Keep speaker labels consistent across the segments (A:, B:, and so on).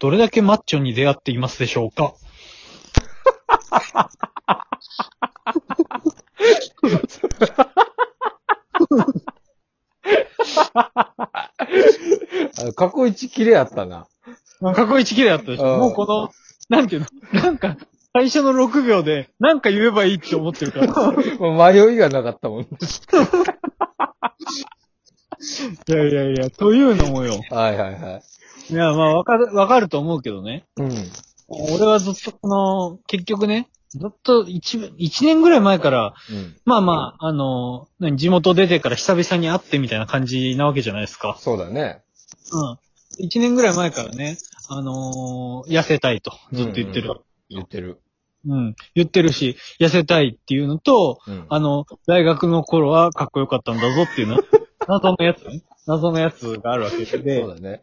A: どれだけマッチョに出会っていますでしょうか
B: あ過去一綺麗やっ たな。
A: まあ過去一綺麗だったでし
B: う
A: ょ。
B: ん
A: もうこの、なんていうのなんか、最初の6秒で、なんか言えばいいって思ってるから。
B: まあ迷いがなかったもん。
A: いやいやいや、というのもよ。
B: はいはいはい。
A: いや、まあ、わかる、わかると思うけどね。
B: うん。
A: 俺はずっと、この、結局ね、ずっと1、一年ぐらい前から、
B: うん。
A: まあまあ、あの、何、地元出てから久々に会ってみたいな感じなわけじゃないですか。
B: そうだね。
A: うん。1年ぐらい前からね、あのー痩せたいと、ずっと言ってる。
B: 言ってる。
A: うん。言ってるし、痩せたいっていうのと、
B: うん。
A: あの、大学の頃はかっこよかったんだぞっていう な、謎のやつね。謎のやつがあるわけで
B: そう、だね。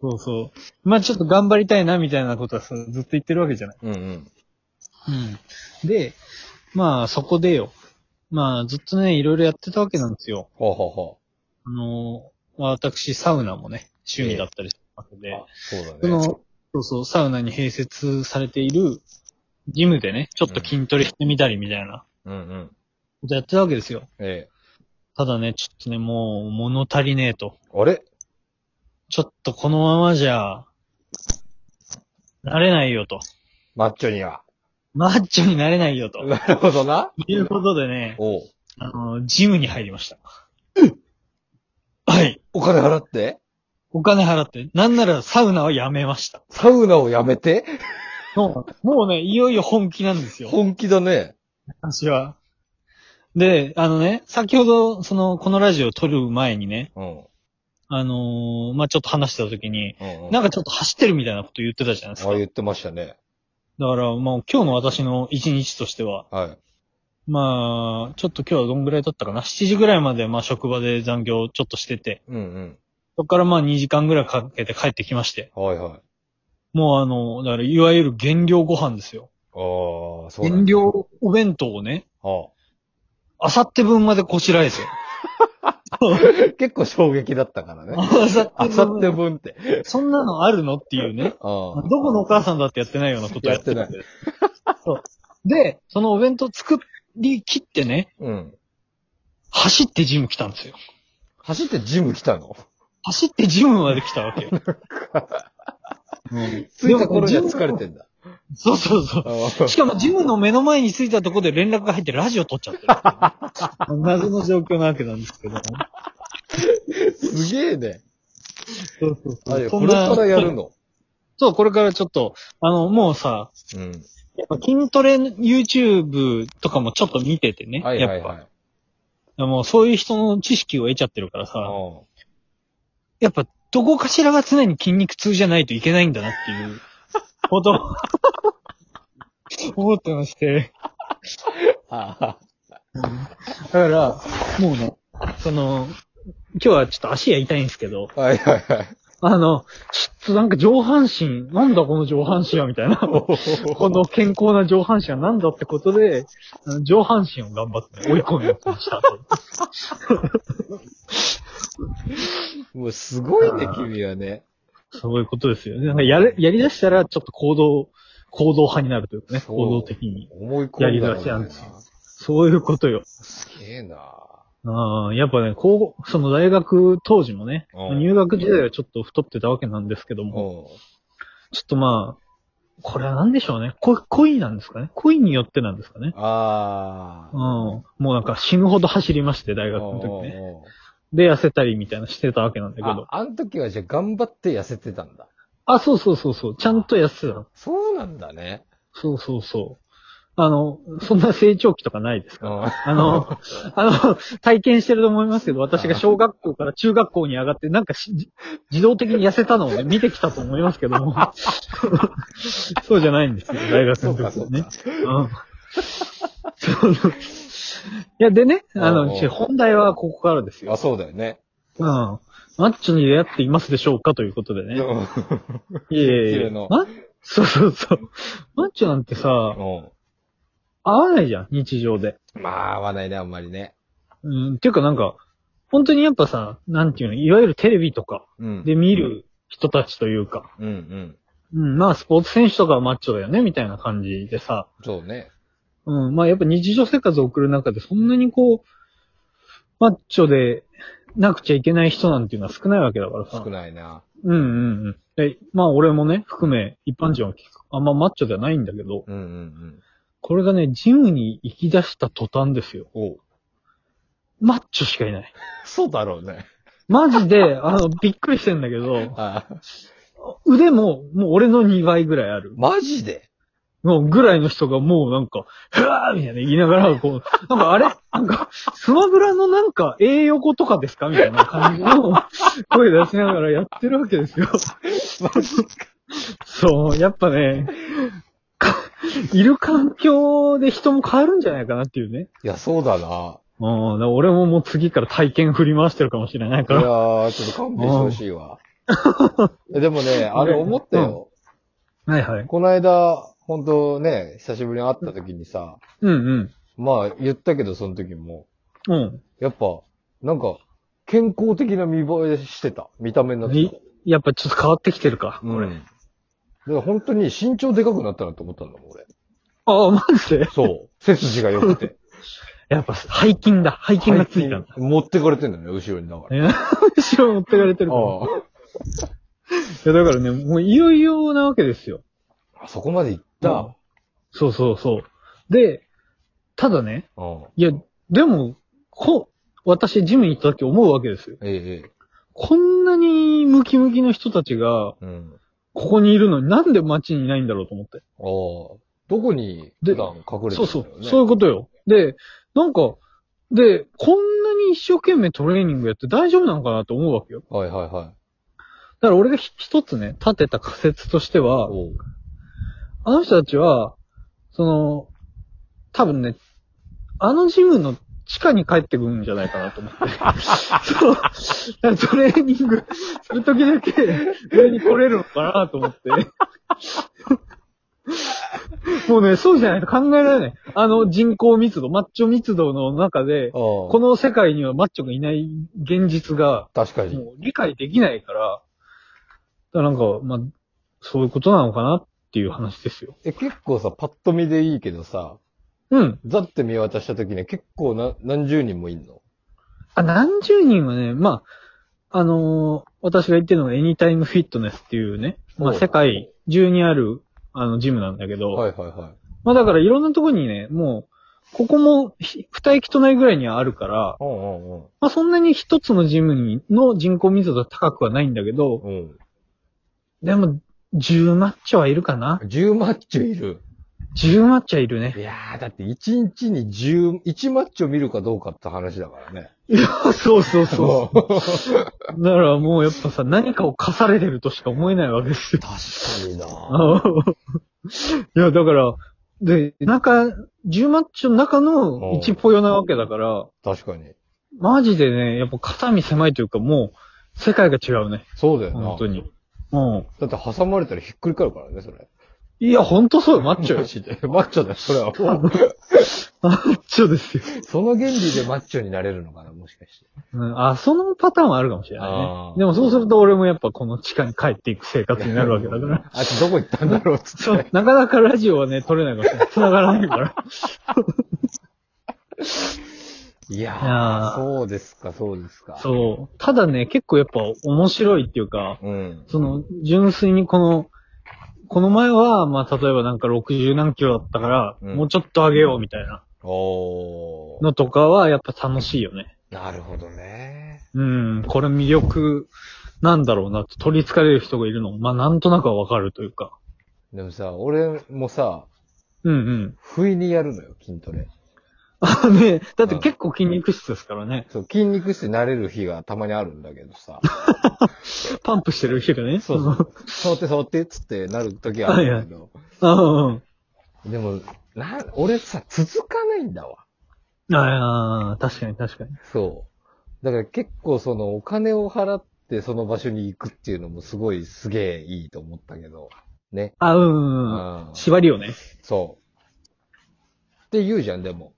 A: そうそう。まあちょっと頑張りたいなみたいなことはさずっと言ってるわけじゃない。
B: うんうん。
A: うん。で、まあそこでよ。まあずっとね、いろいろやってたわけなんですよ。
B: ほうほうほ
A: あの、私、サウナもね、趣味だったりするわけ
B: う。
A: で
B: あ、そうだね。
A: その、そうそう、サウナに併設されているジムでね、ちょっと筋トレしてみたりみたいな
B: うんうん。
A: ことやってたわけですよ。
B: ええ。
A: ただね、ちょっとね、もう物足りねえと。
B: あれ
A: ちょっとこのままじゃ、なれないよと。
B: マッチョには。
A: マッチョになれないよと。
B: なるほどな。
A: いうことでね、
B: おう。
A: あの、ジムに入りました。はい。
B: お金払って
A: お金払って。なんならサウナはやめました。
B: サウナをやめて
A: もうもうね、いよいよ本気なんですよ。
B: 本気だね。
A: 私は。で、あのね、先ほど、その、このラジオを撮る前にね、
B: うん。
A: あのーまあ、ちょっと話してた時に、
B: うんうん
A: なんかちょっと走ってるみたいなこと言ってたじゃないですか。
B: あ、言ってましたね。
A: だから、もう今日の私の一日としては、
B: はい。
A: まあ、ちょっと今日はどんぐらいだったかな。7時ぐらいまで、まあ、職場で残業ちょっとしてて、
B: うん
A: そこからまあ2時間ぐらいかけて帰ってきまして、
B: うん。はいはい。ああ、
A: もうあの、だから、いわゆる減量ご飯ですよ。
B: そうだね
A: 減量お弁当をね、
B: あ
A: あさって分までこしらえて。
B: あ結構衝撃だったからね。
A: あさ
B: あさって分って。
A: そんなのあるのっていうね。
B: ああ。
A: どこのお母さんだってやってないようなことやってる
B: やって
A: ない。そう。で、そのお弁当作り切ってね、
B: うん。
A: 走ってジム来たんですよ。
B: 走ってジム来たの
A: 走ってジムまで来た わけよ。うん
B: 着いた頃には疲れて んだ。
A: そうそうそう。しかもジムの目の前に着いたところで連絡が入ってラジオ撮っちゃ ってる。謎の状況なわけなんですけども。
B: すげえね。
A: そうそう
B: あ
A: そ
B: れ、
A: う。
B: これからやる
A: の
B: の。
A: そう、これからちょっと、あの、もうさ、
B: うん。
A: やっぱ筋トレ YouTube とかもちょっと見ててね。
B: はいはい
A: やっぱ
B: はい。
A: いやもうそういう人の知識を得ちゃってるから
B: あ
A: さ、
B: あ
A: やっぱどこかしらが常に筋肉痛じゃないといけないんだなっていう、ほ ど、思ってまして。
B: あ
A: だから、もうね、その、今日はちょっと足や痛いんですけど、
B: あ。はいはいはい。
A: あの、ちょっとなんか上半身、なんだこの上半身はみたいな。この健康な上半身はなんだってことで、あの上半身を頑張って追い込んでました。
B: もうすごいね、君はね。
A: そういうことですよね。なんかやれ、やり出したらちょっと行動、行動派になるというかね、
B: そう
A: 行動的に。
B: 思い込んだ
A: やり
B: のね
A: 出しなんですよそういうことよ。
B: すげえな。
A: ああ、やっぱね、こう、その大学当時もね、
B: うん
A: 入学時代はちょっと太ってたわけなんですけど
B: う
A: も、
B: ん。
A: ちょっとまあ、これは何でしょうね。こ恋なんですかね。恋によってなんですかね。
B: あ
A: う
B: あ
A: ん。。もうなんか死ぬほど走りまして、大学の時ね。
B: おうおうおう
A: で、痩せたりみたいなしてたわけなんだけ
B: あ
A: ど。、
B: あの時はじゃあ頑張って痩せてたんだ。
A: あ、そうそうそうそう。ちゃんと痩せてた。
B: そうなんだね。
A: そうそうそう。あの、そんな成長期とかないですから。
B: あ
A: あ の、あの、体験してると思いますけど、私が小学校から中学校に上がって、なんかしじ自動的に痩せたのをね、見てきたと思いますけども。 そうじゃないんですよ、大学
B: そ
A: の
B: うか
A: 時
B: そ
A: は
B: う
A: ね
B: か。。
A: うんそういや、でね、あ
B: うん
A: の、
B: うん
A: 本題はここからですよ。
B: あ、そうだよね。
A: うん。マッチョに出会っていますでしょうかということで
B: う
A: ね。い
B: ん。
A: えいえい
B: 綺
A: え。
B: 麗な
A: マそうそうそう。マッチョなんてさ、合わないじゃん、日常で。
B: まあ、合わないね、あんまりね。
A: うん、っていうかなんか、本当にやっぱさ、なんていうの、いわゆるテレビとか
B: うん。
A: で見る人たちというか。
B: うんうん。
A: うん、まあスポーツ選手とかはマッチョだよね、みたいな感じでさ。
B: そうね。
A: うん、まあやっぱ日常生活を送る中でそんなにこう、マッチョでなくちゃいけない人なんていうのは少ないわけだからさ
B: 少。ないな。
A: うんうんうん。で、まあ俺もね、含め一般人はあんまマッチョではないんだけど、
B: うんうんうん。
A: これがね、ジムに行き出した途端ですよ。
B: おう
A: マッチョしかいない。
B: そうだろうね。
A: マジで、あの、びっくりしてんだけど、
B: ああ
A: 腕も、もう俺の2倍ぐらいある。
B: マジで
A: のぐらいの人がもうなんか、ふわーみたいな言いながら、こう、なんかあれなんか、スマブラのなんか、A 横とかですかみたいな感じの声出しながらやってるわけですよ。
B: マジ
A: そう、やっぱね、かいる環境で人も変わるんじゃないかなっていうね。
B: いや、そうだな。
A: うん、だから俺ももう次から体験振り回してるかもしれない
B: い
A: か
B: や
A: ら。
B: ー、ちょっと勘弁してほしい わ。でもね、あれ思ったよ。
A: はいはい。
B: この間、本当ね、久しぶりに会った時にさ、
A: うん
B: まあ言ったけど、その時も、
A: うん。うん。や
B: やっぱ、なんか、健康的な見栄えしてた。見た目になってた。
A: やっぱちょっと変わってきてるか、こ
B: う
A: れ。
B: ん。で本当に身長でかくなったなと思ったんだもん、俺。
A: ああ、マジで
B: そう。背筋が良くて。
A: やっぱ背筋だ。背筋がついたんだ。
B: 背筋持ってかれてんだよね、後ろにだから。
A: ね後ろ持ってかれてるから。い
B: あ
A: や、だからね、もういよいよなわけですよ。
B: あ。あそこまで行った。
A: そうそうそう。で、ただね、
B: うん。
A: いや、でも、こ、私、ジムに行った時思うわけですよ。
B: ええ、ええ。
A: こんなにムキムキの人たちが、
B: うん。
A: ここにいるのになんで街にいないんだろうと思って。
B: ああ。どこに普段隠れてるんだろね
A: そうそう。そういうことよ。で、なんか、で、こんなに一生懸命トレーニングやって大丈夫なのかなと思うわけよ。
B: はいはいはい。
A: だから俺がひ一つね、立てた仮説としては、
B: おう
A: あの人たちは、その、多分ね、あのジムの地下に帰ってくるんじゃないかなと思って。そう。 だからトレーニングするときだけ上に来れるのかなと思って。もうね、そうじゃないと考えられない。あの人口密度、マッチョ密度の中で、
B: ああ。
A: この世界にはマッチョがいない現実が、
B: 確かに。
A: もう理解できないから、だからなんか、まあ、そういうことなのかなっていう話ですよ。
B: え、結構さ、パッと見でいいけどさ、
A: うん。
B: ざって見渡した時ね、結構な、何十人もいんの
A: あ、何十人はね、まあ、あのー私が言ってるのがエニタイムフィットネスっていうね、まあ、
B: はい
A: 世界中にある、あの、ジムなんだけど、
B: はいはいはい。
A: まあ、だからいろんなとこにね、もう、ここもひ二駅とないぐらいにはあるから、
B: うんうんうん。
A: まあ、そんなに一つのジムにの人口密度が高くはないんだけど、
B: うん。
A: でも、10マッチョはいるかな
B: 10マッチョいる。
A: ?10 マッチョはいるね。
B: いやー、だって1日に10、1マッチョ見るかどうかって話だからね。
A: いや、 そうそうそう。
B: そう。確か
A: だからもうやっぱさ、何かを課されてるとしか思えないわけですよ。
B: にな。
A: あの いや、だから、で、中、10マッチの中の一ポヨなわけだから、
B: 確かに。
A: マジでね、やっぱ肩身狭いというかもう、世界が違うね。
B: そうだよな。
A: 本当に。うん。
B: だって挟まれたらひっくり返るからね、それ。
A: いや、本当そうよ、マッチョ
B: マ
A: よ。
B: ジで。マッチョだよ、それはもう。
A: マッチョですよ。
B: その原理でマッチョになれるのかな、もしかして。
A: うん、あ、そのパターンはあるかもしれない
B: あ
A: ね。
B: ー
A: でもそうすると俺もやっぱこの地下に帰っていく生活になるわけだ から。。
B: あいつどこ行ったんだろうっつ
A: そ
B: っ
A: う
B: て。、
A: なかなかラジオはね、撮れないかもしれない。繋がらないから。
B: いや
A: いやー
B: ー、そうですか、そうですか。
A: そう。ただね、結構やっぱ面白いっていうか、
B: うん。
A: その、純粋にこの、この前は、まあ、例えばなんか60何キロだったから、
B: うん
A: もうちょっと上げようみたいな
B: おー。
A: のとかは、やっぱ楽しいよね。
B: なるほどね。
A: うん、これ魅力なんだろうなと、取り憑かれる人がいるのも、まあ、なんとなくはわかるというか。
B: でもさ、俺もさ、
A: うんうん。
B: 不意にやるのよ、筋トレ。
A: あね、だって結構筋肉質ですからね。
B: そう、筋肉質になれる日がたまにあるんだけ どさ。
A: パンプしてる人がね。
B: そうそう。触って触ってっつってなる時あるんだけど。
A: うんうん。
B: でも、な、俺さ、続かないんだわ。
A: ああ、確かに確かに。
B: そう。だから結構そのお金を払ってその場所に行くっていうのもすごいすげえいいと思ったけど。ね。
A: あ、うんうんうん。
B: うん
A: 縛りをね。
B: そう。って言うじゃん、でも。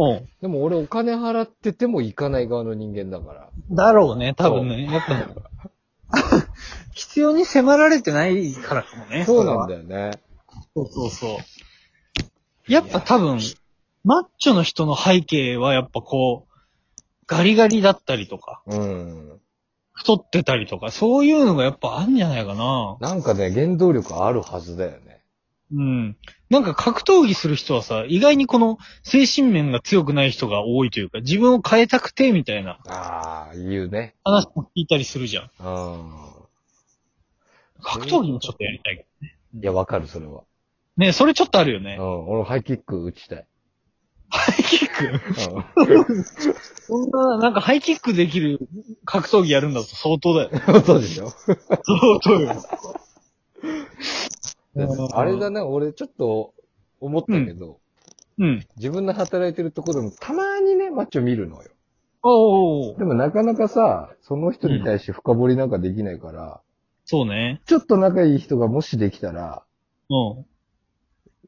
A: うん。
B: でも俺お金払ってても行かない側の人間だから。
A: だろうね、多分ね。やっぱ、ひ 必要に迫られてないからかもね。
B: そうなん
A: よ。
B: だよね。
A: そうそうそう。やっぱ多分、マッチョの人の背景はやっぱこう、ガリガリだったりとか、
B: うん。
A: 太ってたりとか、そういうのがやっぱあんじゃないかな。
B: なんかね、原動力あるはずだよね。
A: うん。なんか格闘技する人はさ、意外にこの精神面が強くない人が多いというか、自分を変えたくてみたいな
B: ああ、言うね。
A: 話も聞いたりするじゃん。
B: うん。
A: 格闘技もちょっとやりたいけど。
B: いや、わかる、それは。
A: ねそれちょっとあるよね
B: う。ん。俺、ハイキック打ちたい。
A: ハイキック
B: うん。
A: そんな、なんかハイキックできる格闘技やるんだと相当だよ。
B: そうでしょ
A: 相当よ。
B: あれだな、俺ちょっと思ったけど、
A: うん。
B: 自分の働いてるところでもたまにね、マッチョ見るのよ。
A: おー。
B: でもなかなかさ、その人に対して深掘りなんかできないから、
A: そうね。
B: ちょっと仲いい人がもしできたら、
A: うん。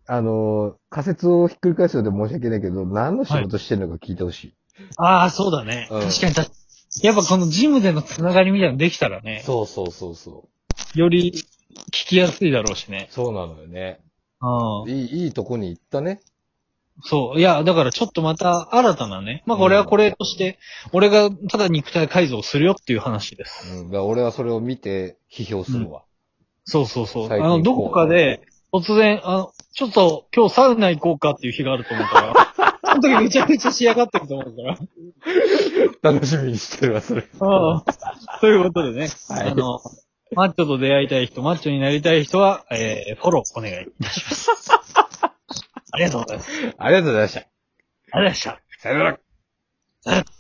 B: あの、仮説をひっくり返すようで申し訳ないけど、何の仕事してるのか聞いてほしい。
A: ああ、そうだね。
B: うん
A: 確かに確かに。やっぱこのジムでのつながりみたいなのできたらね、
B: そうそうそうそう。
A: より聞きやすいだろうしね。
B: そうなのよね。
A: うん。
B: いい、いいとこに行ったね。
A: そう。いや、だからちょっとまた新たなね。まあこれはこれとして、俺がただ肉体改造するよっていう話です。
B: うん。だから俺はそれを見て批評するわ。
A: そうそうそう。あ
B: 最近
A: の、どこかで、突然、あの、ちょっと今日サウナ行こうかっていう日があると思う から、その時めちゃめちゃ仕上がってると思うから。
B: 楽しみにしてるわ、それ。
A: ああ、ということでね。
B: はい
A: あの、マッチョと出会いたい人、マッチョになりたい人は、えー、フォローお願いいたします。 ありがとうございます。
B: ありがとうございました。
A: ありがとうございました。
B: さよなら。